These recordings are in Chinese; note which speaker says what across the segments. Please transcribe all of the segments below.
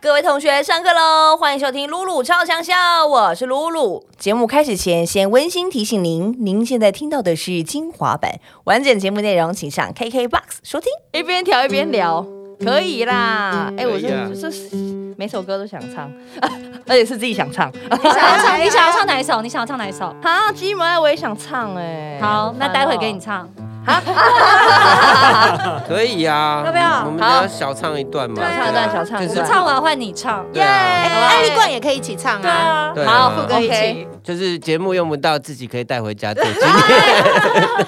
Speaker 1: 各位同学，上课喽！欢迎收听《露露超强笑》，我是露露。节目开始前，先温馨提醒您，您现在听到的是精华版，完整节目内容请上 KKBOX 收听。一边调一边聊，可以啦！哎、我
Speaker 2: 可以啊
Speaker 1: 这这每首歌都想唱，而且是自己想唱。
Speaker 3: 你 想要唱，你想要唱哪一首？你想要唱哪一首？
Speaker 1: 啊，鸡毛我也想唱哎、
Speaker 3: 好，那待会给你唱。
Speaker 2: 可以呀，
Speaker 3: 要不要
Speaker 2: 我们
Speaker 1: 好
Speaker 2: 要小唱一段嘛，
Speaker 3: 对啊
Speaker 1: 小唱一段小唱一
Speaker 2: 就
Speaker 1: 段
Speaker 2: 是
Speaker 3: 唱完换你唱。
Speaker 2: 对啊，
Speaker 3: 好不好
Speaker 4: 哎，立冠也可以一起唱
Speaker 3: 对
Speaker 4: 啊。
Speaker 3: 啊，
Speaker 2: 对啊
Speaker 1: 好，
Speaker 2: 副
Speaker 4: 歌一起
Speaker 1: OK
Speaker 2: 就是节目用不到，自己可以带回 家做纪念。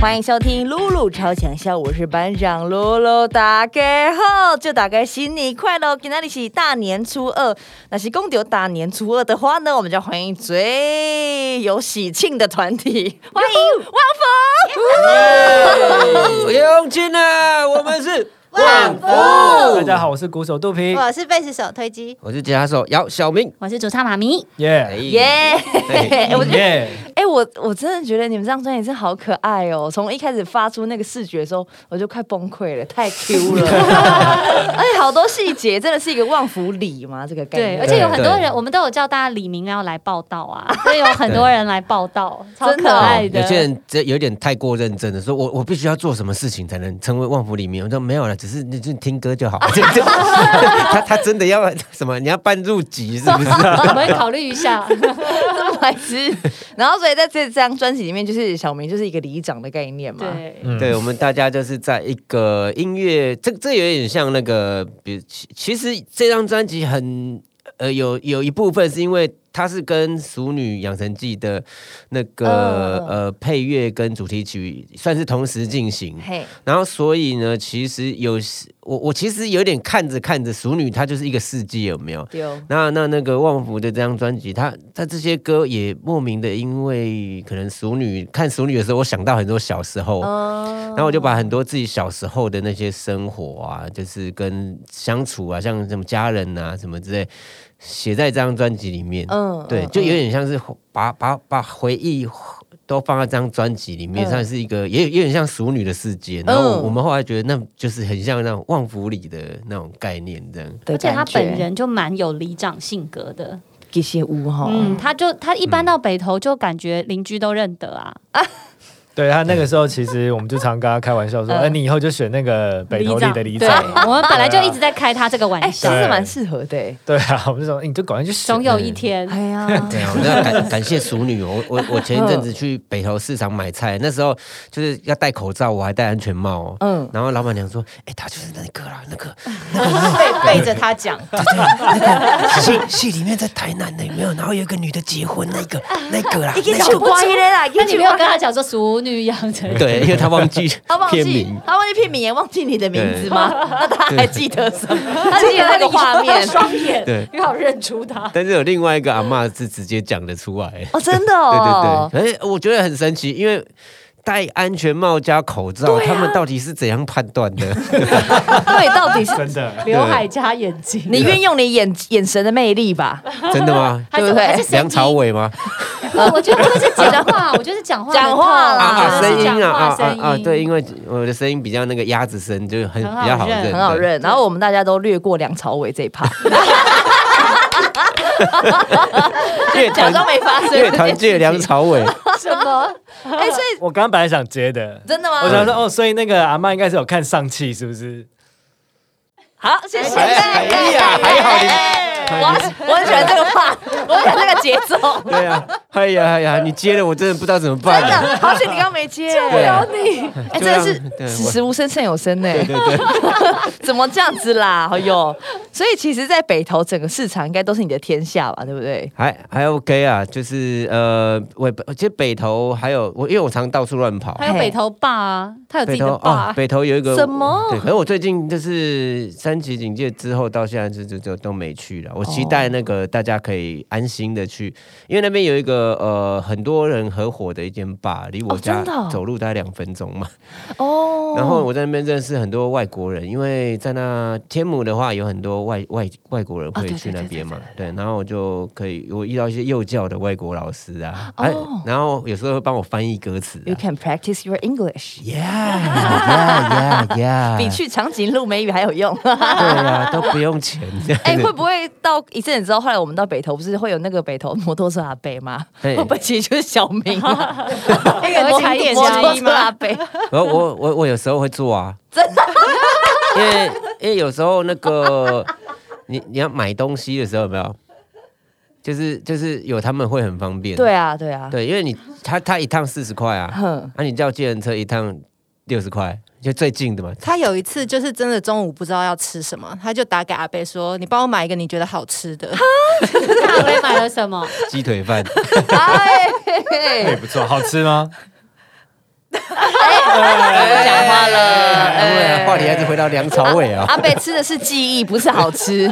Speaker 1: 欢迎收听《露露超强笑》，我是班长露露，大家好，就大家新年快乐！今天是大年初二，那是公牛大年初二的话呢，我们就要欢迎最有喜庆的团体，欢迎汪
Speaker 2: 永清啊，我们是万福。
Speaker 3: 哦
Speaker 5: 大家好，我是鼓手肚皮，
Speaker 4: 我是贝斯手推机，
Speaker 2: 我是吉他手姚小明。
Speaker 3: 我是主唱妈咪。
Speaker 5: 耶
Speaker 2: 耶
Speaker 1: 峰，耶！
Speaker 2: 哎
Speaker 1: 我觉得，
Speaker 5: 耶！
Speaker 1: 哎，我我真的觉得你们这张专辑真的好可爱哦！从一开始发出那个视觉的时候，我就快崩溃了，太 Q 了，而且好多细节，真的是一个旺福礼嘛，这个概
Speaker 3: 对，
Speaker 1: 念。
Speaker 3: 而且有很多人，我们都有叫大家李明要来报道啊，所以有很多人来报道，超
Speaker 1: 真的
Speaker 3: 可
Speaker 1: 哦
Speaker 3: 爱的。
Speaker 2: 有些人这有点太过认真了，说我我必须要做什么事情才能成为旺福里面。我说没有了，只是你就听歌就 好。 他他真的要什么？你要办入籍是不是？
Speaker 3: 我们考虑一下。
Speaker 1: 这么白痴。然后所以在这张专辑里面，就是小明就是一个里长的概念嘛。
Speaker 3: 对，
Speaker 2: 对，我们大家就是在一个音乐，这这有点像那个，比如其其实这张专辑很呃有有一部分是因为它是跟《熟女养成记》的那个
Speaker 1: 嗯嗯嗯
Speaker 2: 呃配乐跟主题曲算是同时进行，
Speaker 1: 嘿，
Speaker 2: 然后所以呢，其实有我我其实有点看着看着《熟女》它就是一个世纪有没有？
Speaker 1: 丢。
Speaker 2: 那那那个旺福的这张专辑，他他这些歌也莫名的，因为可能熟女看熟女的时候，我想到很多小时候，
Speaker 1: 嗯
Speaker 2: 然后我就把很多自己小时候的那些生活啊，就是跟相处啊，像什么家人啊什么之类，写在这张专辑里面。
Speaker 1: 嗯
Speaker 2: 对，就有点像是把把把回忆都放在这张专辑里面，
Speaker 1: 嗯
Speaker 2: 算是一个也有有点像熟女的世界。然后
Speaker 1: 嗯
Speaker 2: 我我们后来觉得，那就是很像那种旺福里的那种概念这样。
Speaker 3: 而且他本人就蛮有里长性格的。
Speaker 1: 这些屋哈，
Speaker 3: 嗯，他就他一般到北投就感觉邻居都认得啊。
Speaker 5: 对他那个时候，其实我们就常跟他开玩笑说：“
Speaker 1: 嗯
Speaker 5: 哎，你以后就选那个北投里的里
Speaker 3: 对
Speaker 5: 长。，
Speaker 3: 我们本来就一直在开他这个玩
Speaker 1: 哎，其
Speaker 3: 笑。
Speaker 1: 实蛮适合的欸。”
Speaker 5: 对啊，我们就说哎你就赶快去选
Speaker 3: 总。有一天，
Speaker 1: 哎呀，
Speaker 2: 对啊，我要感感谢熟女哦。我我我前一阵
Speaker 1: 嗯
Speaker 2: 子去北投市场买菜，那时候就是要戴口罩，我还戴安全帽哦。
Speaker 1: 嗯
Speaker 2: 嗯，然后老板娘说：“哎，他就是那个啦，那个
Speaker 4: 背背着他讲，
Speaker 2: 戏 戏里面在台南的有没有？然后有一个女的结婚那个那个啦，那
Speaker 1: 小瓜一嘞啦，
Speaker 3: 那你没有跟
Speaker 1: 跟
Speaker 3: 他讲说熟女养成记？
Speaker 2: 对，因为他忘记
Speaker 1: 他忘
Speaker 2: 片
Speaker 1: 记
Speaker 2: 名，
Speaker 1: 他忘记片名，也忘记你的名字吗？那他还记得什么？他记
Speaker 3: 记
Speaker 1: 得
Speaker 3: 得
Speaker 1: 那个画面。
Speaker 3: 双眼，
Speaker 2: 对
Speaker 3: 因为我认出他。
Speaker 2: 但是有另外一个阿嬷是直接讲得出来。
Speaker 1: 哦，真的
Speaker 2: 对
Speaker 1: 哦，
Speaker 2: 对对，哎，我觉得很神奇，因为。戴安全帽加口罩，他们到底是怎样判断的？
Speaker 1: 对，到底是
Speaker 5: 真的，
Speaker 3: 刘海加眼睛，
Speaker 1: 你运用你眼眼神的魅力吧？
Speaker 2: 真的吗？
Speaker 3: 还
Speaker 1: 对
Speaker 3: 是
Speaker 1: 不对
Speaker 3: 还是声音
Speaker 2: 梁朝？伟吗？
Speaker 3: 我觉得会不会是 讲话？我觉得是讲话的
Speaker 1: 讲话啦
Speaker 2: 啊
Speaker 3: 套
Speaker 2: 啊，
Speaker 3: 路
Speaker 1: 啊
Speaker 3: 我觉
Speaker 2: 声
Speaker 3: 得是
Speaker 2: 音啊
Speaker 3: 讲
Speaker 2: 啊
Speaker 3: 话
Speaker 2: 啊啊！
Speaker 3: 声
Speaker 2: 对，
Speaker 3: 音。
Speaker 2: 因为我的声音比较那个鸭子声，就很
Speaker 3: 很好
Speaker 2: 比较好
Speaker 3: 认
Speaker 2: 认，
Speaker 1: 很好
Speaker 2: 对。
Speaker 1: 认。然后我们大家都略过梁朝伟这一趴，
Speaker 2: 乐
Speaker 1: 假
Speaker 2: 团
Speaker 1: 装没发生。
Speaker 2: 乐团界梁朝伟，
Speaker 3: 什么？
Speaker 1: 哎，所以
Speaker 5: 我刚刚本来想接的，
Speaker 1: 真的吗？
Speaker 3: 嗯
Speaker 5: 我想说哦，所以那个阿妈应该是有看上气，是不是？
Speaker 1: 好，谢谢。
Speaker 2: 哎哎呀还好你哎
Speaker 1: 我我很喜欢这个话，我很喜欢这个节奏。
Speaker 2: 对呀，哎呀哎呀，你接了我真的不知道怎么办啊
Speaker 1: 真
Speaker 2: 了。
Speaker 1: 的，好险你刚刚没接，救不
Speaker 2: 了
Speaker 1: 你！哎，真
Speaker 2: 就
Speaker 1: 的
Speaker 2: 让
Speaker 1: 是
Speaker 2: 对
Speaker 1: 此
Speaker 2: 我
Speaker 1: 时无声胜有声呢，
Speaker 2: 对对，
Speaker 1: 怎么这样子啦？哎呦，所以其实，在北投整个市场应该都是你的天下吧，对不对？
Speaker 2: 还还 OK 啊，就是呃，我其实北投还有我，因为我常到处乱跑，
Speaker 3: 还有北投霸啊，他有自
Speaker 2: 北
Speaker 3: 己
Speaker 2: 投
Speaker 3: 的
Speaker 2: 哦
Speaker 3: 霸，。
Speaker 2: 北投有一个
Speaker 1: 什么
Speaker 2: 对，可
Speaker 1: 哦
Speaker 2: 是我最近就是三级警戒之后到现在就就就都没去了。我期待那个大家可以安心的去，因为那边有一个呃很多人合伙的一间吧，离我
Speaker 1: 哦
Speaker 2: 家
Speaker 1: 真的哦
Speaker 2: 走路大概两分钟嘛。
Speaker 1: 哦
Speaker 2: 然后我在那边认识很多外国人，因为在那天母的话有很多外外外国人
Speaker 1: 啊
Speaker 2: 会
Speaker 1: 对对
Speaker 2: 去那
Speaker 1: 对对
Speaker 2: 边嘛，对，然后我就可以我遇到一些幼教的外国老师啊，
Speaker 1: 哦
Speaker 2: 哎，然后有时候会帮我翻译歌词、
Speaker 1: You
Speaker 2: 啊。
Speaker 1: can practice your English，
Speaker 2: Yeah, yeah, yeah, yeah！
Speaker 1: 比去长颈鹿美语还有用。
Speaker 2: 对啊，都不用钱。
Speaker 1: 哎、会不会到一阵子之后，后来我们到北投，不是会有那个北投摩托车阿伯吗？
Speaker 2: 嘿
Speaker 1: 会不会其实就是小明、 啊？
Speaker 4: 那个景点
Speaker 1: 摩
Speaker 4: 之
Speaker 1: 托
Speaker 4: 一
Speaker 1: 车阿
Speaker 4: 吗？
Speaker 1: 伯，
Speaker 2: 我我我我有时候会做啊，真的，因为因为有时候那个你你要买东西的时候有没有，就是就是有他们会很方便，
Speaker 1: 对啊，对啊，
Speaker 2: 对，因为你他他一趟四十块啊，
Speaker 1: 哼，
Speaker 2: 那、你叫计程车一趟六十块，就最 近的嘛，
Speaker 4: 他有一次就是真的中午不知道要吃什么，他就打给阿贝说：“你帮我买一个你觉得好吃的。
Speaker 2: 哦
Speaker 3: 那阿威买了什么？
Speaker 2: 鸡腿饭，
Speaker 1: 哎，
Speaker 5: 也不错，好吃吗？
Speaker 1: 不讲话了，
Speaker 2: 哎
Speaker 1: 哎，
Speaker 2: 话题还是回到梁朝伟 啊，
Speaker 1: 阿贝吃的是记忆，不是好 吃。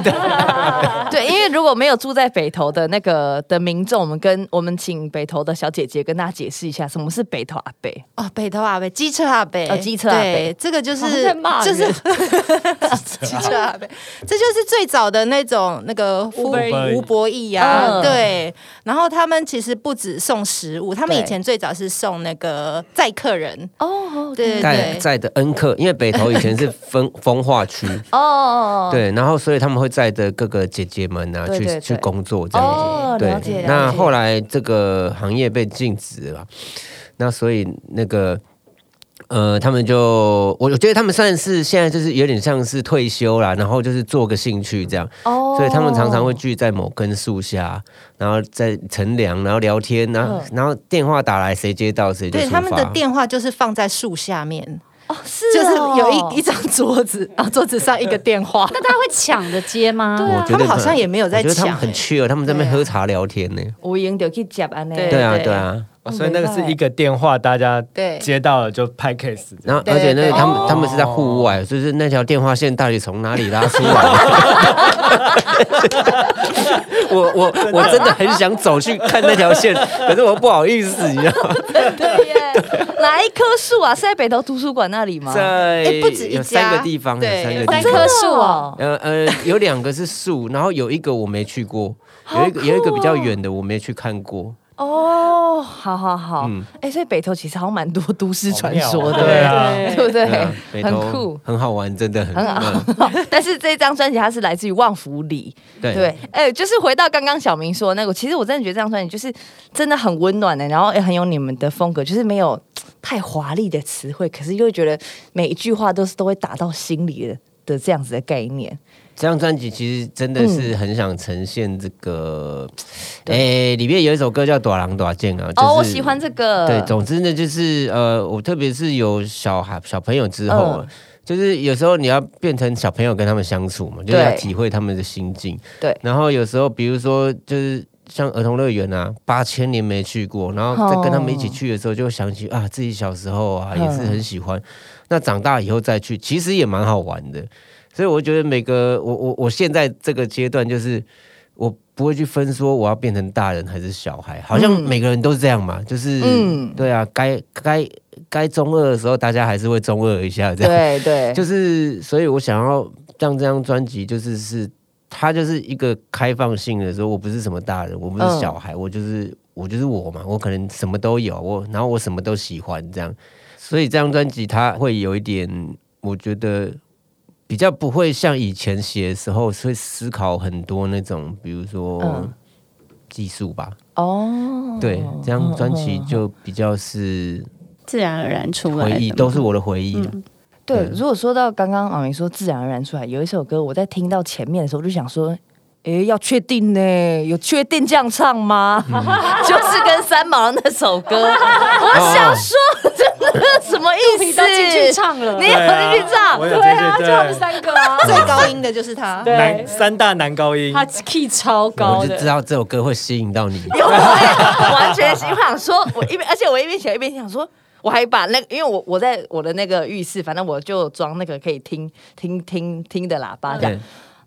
Speaker 1: 对，因为如果没有住在北投的那个的民众，我们跟我们请北投的小姐姐跟大家解释一下，什么是北投阿贝？”
Speaker 4: 哦，北投阿贝，机车阿贝，
Speaker 1: 哦机车阿伯哦
Speaker 4: 对这个就
Speaker 3: 好像
Speaker 4: 是
Speaker 3: 在骂
Speaker 4: 就是
Speaker 3: 人
Speaker 4: 机车阿贝，这就是最早的那种那个夫
Speaker 3: Uber
Speaker 5: Eats
Speaker 4: 吴博义啊，
Speaker 1: 嗯
Speaker 4: 对。然后他们其实不止送食物，他们
Speaker 1: 对
Speaker 4: 以前最早是送那个载客人，
Speaker 1: 哦，
Speaker 4: 对
Speaker 2: 在
Speaker 4: 对对，
Speaker 2: 在的恩客，因为北投以前是风 风化区，
Speaker 1: 哦，
Speaker 2: 对，然后所以他们会载着各个姐姐们啊
Speaker 1: 对对对
Speaker 2: 去去工作这样子。
Speaker 1: 哦，
Speaker 2: 对
Speaker 1: 了解。，
Speaker 2: 那
Speaker 1: 了解
Speaker 2: 后来这个行业被禁止了，那所以那个呃，他们就我我觉得他们算是现在就是有点像是退休啦，然后就是做个兴趣这样，
Speaker 1: 哦
Speaker 2: 所以他们常常会聚在某根树下，然后在乘凉，然后聊天，然后、然后电话打来谁接到谁就
Speaker 4: 嗯对
Speaker 2: 出
Speaker 4: 他们的
Speaker 2: 发
Speaker 4: 电话就是放在树下面，
Speaker 1: 哦，是
Speaker 4: 就是
Speaker 1: 哦
Speaker 4: 有一一张桌子，然后桌子上一个电话。
Speaker 3: 那大家会抢着接吗？
Speaker 1: 啊
Speaker 2: 我觉得
Speaker 4: 他们好像也没有
Speaker 2: 我
Speaker 4: 在
Speaker 2: 觉得他们
Speaker 4: 抢，
Speaker 2: 很 chill，他们在那边
Speaker 4: 对啊
Speaker 2: 喝茶聊天呢、
Speaker 1: 无影就去接安呢。
Speaker 4: 对
Speaker 2: 对啊，对啊。
Speaker 5: 哦所以那个是一个电话，大家
Speaker 4: 对
Speaker 5: 接到了就拍 case，这样
Speaker 2: 然后，
Speaker 4: 对
Speaker 2: 而且那
Speaker 4: 对
Speaker 2: 个他们
Speaker 5: 哦
Speaker 2: 他们是在户外，就是那条电话线到底从哪里拉 出来的？我我我真的很想走去看那条线，可是我不好意思，你知道吗？
Speaker 1: 对耶，哪一棵树啊？是在北投图书馆那里吗？哦
Speaker 2: 在
Speaker 4: 哎不止一家
Speaker 2: 有三个地方，有
Speaker 4: 对
Speaker 2: 三个
Speaker 4: 有
Speaker 2: 地
Speaker 3: 三
Speaker 2: 方。
Speaker 3: 棵树哦，
Speaker 2: 呃呃，有两个是树，然后有一个我没去过，有一个、有一个比较远的我没去看过。
Speaker 1: 哦，好好好，哎、
Speaker 2: 嗯
Speaker 1: 所以北投其实好像蛮多都市传说
Speaker 5: 好妙哦对
Speaker 1: 的，
Speaker 5: 啊
Speaker 1: 对不对？
Speaker 2: 啊北
Speaker 1: 很
Speaker 2: 投
Speaker 1: 酷。
Speaker 2: 很好玩，真的很好。嗯
Speaker 1: 但是这张专辑它是来自于旺福里， 对
Speaker 2: 对，，
Speaker 1: 哎、就是回到刚刚小明说的那个，其实我真的觉得这张专辑就是真的很温暖的、欸然后也很有你们的风格，就是没有太华丽的词汇，可是又觉得每一句话都是都会打到心里的的这样子的概念。
Speaker 2: 这张专辑其实真的是
Speaker 1: 嗯
Speaker 2: 很想呈现这个，诶、里面有一首歌叫《短狼短剑》啊，就是、
Speaker 1: 哦，我喜欢这个，
Speaker 2: 对，总之呢，就是呃，我特别是有小孩小朋友之后
Speaker 1: 嗯
Speaker 2: 啊，就是有时候你要变成小朋友跟他们相处嘛，就是要
Speaker 1: 对
Speaker 2: 体会他们的心境。
Speaker 1: 对
Speaker 2: 然后有时候比如说就是。像儿童乐园啊，八千年没去过，然后再跟他们一起去的时候，就会想起啊，自己小时候啊
Speaker 1: 嗯
Speaker 2: 也是很喜欢。那长大以后再去，其实也蛮好玩的。所以我觉得每个我我我现在这个阶段，就是我不会去分说我要变成大人还是小孩，好像
Speaker 1: 嗯
Speaker 2: 每个人都是这样嘛，就是
Speaker 1: 嗯
Speaker 2: 对啊，该该该中二的时候，大家还是会中二一下，这样。
Speaker 1: 对对，
Speaker 2: 就是，所以我想要让这张专辑，就是是它就是一个开放性的说，我不是什么大人，我不是
Speaker 1: 嗯
Speaker 2: 小孩，我就是我就是我嘛，我可能什么都有，我然后我什么都喜欢这样。所以这张专辑它会有一点，我觉得比较不会像以前写的时候会思考很多那种，比如说。
Speaker 1: 嗯
Speaker 2: 技术吧，
Speaker 1: 哦，
Speaker 2: 对，这张专辑就比较是
Speaker 3: 自然而然出来
Speaker 2: 回
Speaker 3: 的
Speaker 2: 忆，
Speaker 3: 嘛
Speaker 2: 都是我的回忆啦。
Speaker 1: 对
Speaker 2: 对，
Speaker 1: 如果说到刚刚马明说自然而然出来，有一首歌我在听到前面的时候，我就想说，诶，要确定呢，有确定这样唱吗？
Speaker 3: 嗯
Speaker 1: 就是跟三毛那首 歌，我想说， 真的什么意
Speaker 3: 你
Speaker 1: 思
Speaker 3: 都？进去唱了，
Speaker 1: 你也有进去唱
Speaker 5: 我？有
Speaker 3: 对啊，就他们
Speaker 5: 这些
Speaker 3: 三个啊，
Speaker 4: 最高音的就是他。
Speaker 5: 对，
Speaker 3: 对
Speaker 5: 男，三大男高音，
Speaker 3: 他 key 超高
Speaker 2: 我就
Speaker 3: 的
Speaker 2: 知，道这首歌会吸 引到你。
Speaker 1: 有，我也完全是我想说，我一边，而且我一边写一边想说。我还把那个，因为我我在我的那个浴室，反正我就装那个可以听听听听的喇叭这样。
Speaker 2: 对，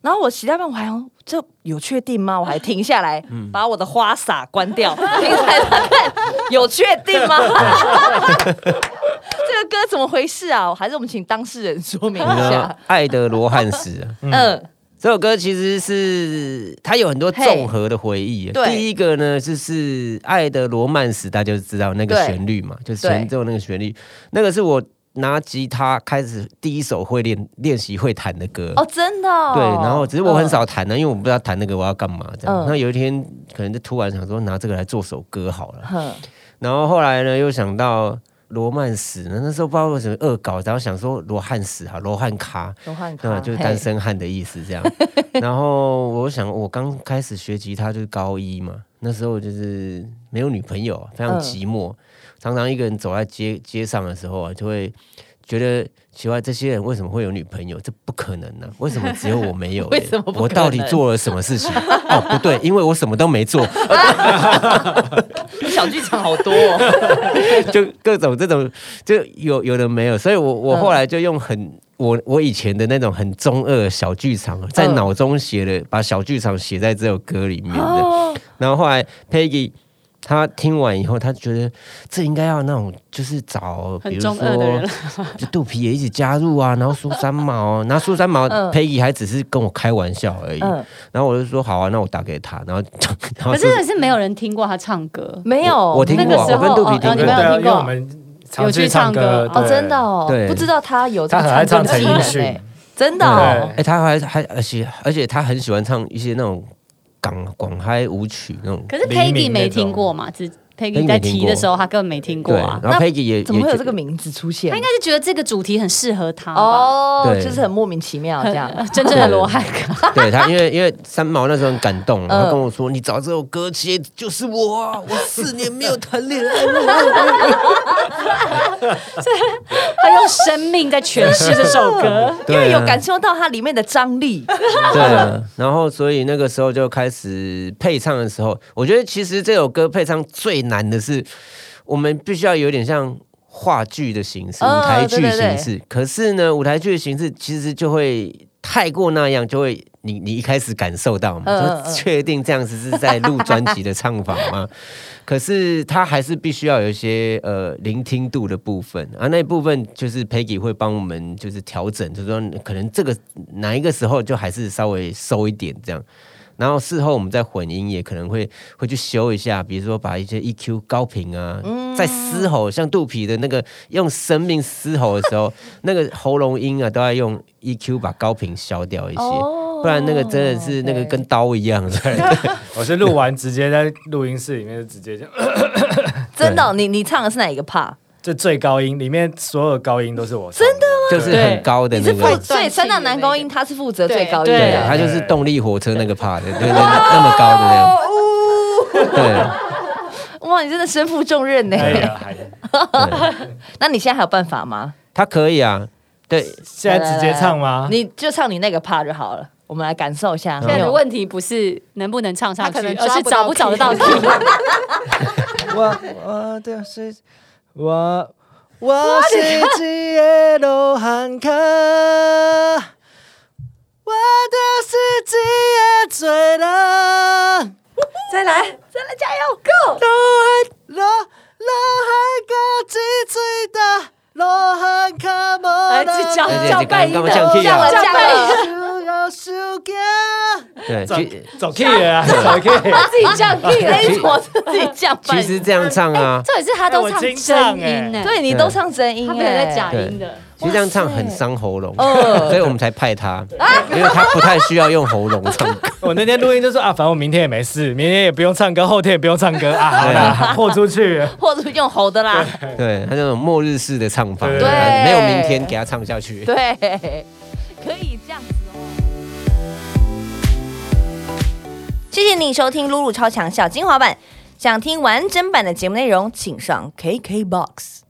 Speaker 1: 然后我骑到一半，我还想这有确定吗？我还停下来，
Speaker 2: 嗯
Speaker 1: 把我的花洒关掉，停下来看看有确定吗？ 这个歌怎么回事啊？还是我们请当事人说明
Speaker 2: 你
Speaker 1: 一
Speaker 2: 知道
Speaker 1: 下
Speaker 2: 吗。爱的罗汉史啊》
Speaker 1: 嗯，
Speaker 2: 这首歌其实是它有很多综合的回忆。啊
Speaker 1: 对
Speaker 2: 第一个呢，就是《爱的罗曼史》，大家就知道那个
Speaker 1: 对
Speaker 2: 旋律嘛，就是前奏那个旋律，那个是我拿吉他开始第一首会练练习会弹的歌。
Speaker 1: 哦，真的、哦。
Speaker 2: 对，然后只是我很少弹呢、啊因为我不知道弹那个我要干嘛这样
Speaker 1: 嗯。
Speaker 2: 那、有一天可能就突然想说拿这个来做首歌好了。
Speaker 1: 嗯。
Speaker 2: 然后后来呢，又想到罗曼史呢，那时候不知道为什么恶搞，然后想说罗汉史哈，罗汉咖，
Speaker 1: 罗汉卡
Speaker 2: 对，就是单身汉的意思这样。 然后我想，我刚开始学吉他就是高一嘛，那时候就是没有女朋友，非常
Speaker 1: 嗯
Speaker 2: 寂寞，常常一个人走在街街上的时候啊，就会觉得奇怪，这些人为什么会有女朋友？这不可能呢、为什么只有我没有嘞？
Speaker 1: 为什么不可能
Speaker 2: 我到底做了什么事情？哦，不对，因为我什么都 没做，
Speaker 1: 嘿小剧场好多、 哦，
Speaker 2: 就各种这种就有有的没有，所以我我后来就用很。我我以前的那种很中二的小剧场，在
Speaker 1: 嗯
Speaker 2: 脑中写了，把小剧场写在这首歌里面
Speaker 1: 哦
Speaker 2: 的。然后后来 Peggy 她听完以后，她觉得这应该要那种就是找，比
Speaker 3: 很
Speaker 2: 如说
Speaker 3: 中二的人，
Speaker 2: 就肚皮也一起加 入啊，然后苏三毛，然后苏三毛
Speaker 1: 嗯
Speaker 2: Peggy 还只是跟我开玩笑而已。
Speaker 1: 嗯，
Speaker 2: 然后我就说好啊，那我打给他，然后 然后
Speaker 3: 可是是没有人听过他唱歌，
Speaker 1: 没有，
Speaker 2: 我我听
Speaker 3: 那
Speaker 2: 过
Speaker 3: 个
Speaker 2: 啊，
Speaker 3: 时
Speaker 2: 我
Speaker 3: 候
Speaker 2: 跟肚皮
Speaker 3: 哦哦
Speaker 2: 听
Speaker 3: 你
Speaker 5: 对
Speaker 2: 过
Speaker 3: 没有
Speaker 5: 啊，
Speaker 3: 听
Speaker 5: 因为
Speaker 3: 过
Speaker 5: 我们常去唱歌
Speaker 3: 有去唱歌
Speaker 1: 哦，真的哦，
Speaker 2: 对
Speaker 1: 不知道他有这
Speaker 5: 他
Speaker 1: 个
Speaker 5: 很爱唱
Speaker 1: 传
Speaker 5: 陈
Speaker 1: 承技
Speaker 5: 奕
Speaker 1: 能
Speaker 5: 迅
Speaker 1: 欸，，真的、哦
Speaker 5: 对
Speaker 2: 哎、他还还而且而且他很喜欢唱一些那种港广嗨舞曲那种。
Speaker 3: 可是
Speaker 5: 黎明
Speaker 3: Peggy 没
Speaker 5: 那种
Speaker 3: 听过嘛？只
Speaker 2: Peggy
Speaker 3: Peggy 在
Speaker 2: 没听
Speaker 3: 提
Speaker 2: 过
Speaker 3: 的时候，他根本没听过
Speaker 2: 对，
Speaker 3: 啊。
Speaker 2: 然后 Peggy 也
Speaker 1: 怎么
Speaker 2: 也
Speaker 1: 会有
Speaker 2: 觉
Speaker 1: 这个名字出现
Speaker 3: 他应？该是觉得这个主题很适合他吧，
Speaker 1: 哦，
Speaker 2: 对
Speaker 1: 就是很莫名其妙这样。
Speaker 3: 真正的罗汉哥。
Speaker 2: 对他，因为因为三毛那时候很感 动，然
Speaker 1: 嗯
Speaker 2: 后跟我说：“你找这首歌其实就是我啊，我四年没有谈恋爱了。
Speaker 3: 他用生命在诠释这 首歌。
Speaker 2: 对
Speaker 1: 因
Speaker 2: 啊
Speaker 1: 为有感受到它里面的张力，”
Speaker 2: 对啊， 然后所以那个时候就开始配唱的时候，我觉得其实这首歌配唱最难的是，我们必须要有点像话剧的形式、
Speaker 1: 哦
Speaker 2: 舞台剧
Speaker 1: 对
Speaker 2: 的
Speaker 1: 对对
Speaker 2: 形式。可是呢，舞台剧的形式其实就会太过那样，就会你你一开始感受到嘛，
Speaker 1: 嗯嗯嗯
Speaker 2: 就确定这样子是在录专辑的唱法吗？可是他还是必须要有一些呃聆听度的部分啊，那一部分就是 Peggy 会帮我们就是调整，就是说可能这个哪一个时候就还是稍微收一点这样。然后事后我们再混音，也可能会会去修一下，比如说把一
Speaker 1: 嗯
Speaker 2: 些 E EQ 高频啊，在嘶吼，像肚皮的那个用生命嘶吼的时候，那个喉咙音啊，都要用 EQ 把高频消掉一些，
Speaker 1: 哦
Speaker 2: 不然那个真的是那个跟刀一 样。对
Speaker 5: 我是录完直接在录音室里面就直接就
Speaker 1: 真的哦、你你唱的是哪一个 part？
Speaker 5: 就最高音，里面所有高音都是我唱的，真的
Speaker 2: 就是很高的
Speaker 1: 你
Speaker 2: 那
Speaker 1: 是负，
Speaker 2: 个，
Speaker 1: 所以三大男高音他是负责最高音
Speaker 2: 对，啊
Speaker 1: 的。
Speaker 2: 它就是动力火车那个 part，对对，那那么高的那样， 对
Speaker 1: 哦 哇，你真的身负重任呢。
Speaker 5: 哎呀，还
Speaker 2: 对，
Speaker 1: 那你现在还有办法吗？
Speaker 2: 它可以啊，对，
Speaker 5: 现在直接唱吗？
Speaker 1: 你就唱你那个 part 就好了，我们来感受一下。
Speaker 2: 嗯
Speaker 3: 现在
Speaker 1: 没
Speaker 3: 的
Speaker 1: 有
Speaker 3: 问题不是能不能唱上
Speaker 4: 他可
Speaker 3: 去
Speaker 4: 能，
Speaker 3: 而是
Speaker 4: 抓
Speaker 3: 找
Speaker 4: 不
Speaker 3: 不
Speaker 4: 到
Speaker 3: 找得到
Speaker 4: key
Speaker 3: 题。
Speaker 5: 我我的是我我是只的罗汉卡，我就是只的罪人。
Speaker 1: 再来，再来，加油，Go！
Speaker 5: 罗罗汉卡只最大，罗汉卡无
Speaker 3: 来，这
Speaker 1: 哎
Speaker 3: 叫
Speaker 2: 对
Speaker 3: 叫
Speaker 2: 对
Speaker 3: 拜
Speaker 2: 刚
Speaker 3: 一
Speaker 2: 刚
Speaker 3: 的，
Speaker 2: 降 key
Speaker 1: 降了，
Speaker 2: 啊
Speaker 1: 降了，
Speaker 2: 对，其
Speaker 5: 走 key 了啊，走 key。
Speaker 3: 自己 降 key 了。
Speaker 1: 哎，我自己降半
Speaker 2: 其实这样唱啊，
Speaker 3: 重点是他都
Speaker 5: 哎我
Speaker 3: 唱
Speaker 5: 精
Speaker 3: 真
Speaker 5: 唱哎
Speaker 3: 音呢，
Speaker 1: 对你都唱真音，
Speaker 3: 他没有在假
Speaker 1: 哎
Speaker 3: 音的。
Speaker 2: 其实这样唱很伤喉咙，
Speaker 1: 嗯
Speaker 2: 所以我们才派他，因为他不太需要用喉咙唱歌。
Speaker 5: 我那天录音就说啊，反正我明天也没事，明天也不用唱歌，后天也不用唱歌啊，好啦，豁出去。
Speaker 1: 或者用吼的啦。
Speaker 2: 对他那种末日式的唱法，
Speaker 5: 对
Speaker 2: 没有明天给他唱下 去。
Speaker 1: 对，可以这样子哦。谢谢你收听《露露超强小精华版》，想听完整版的节目内容，请上 KKBOX。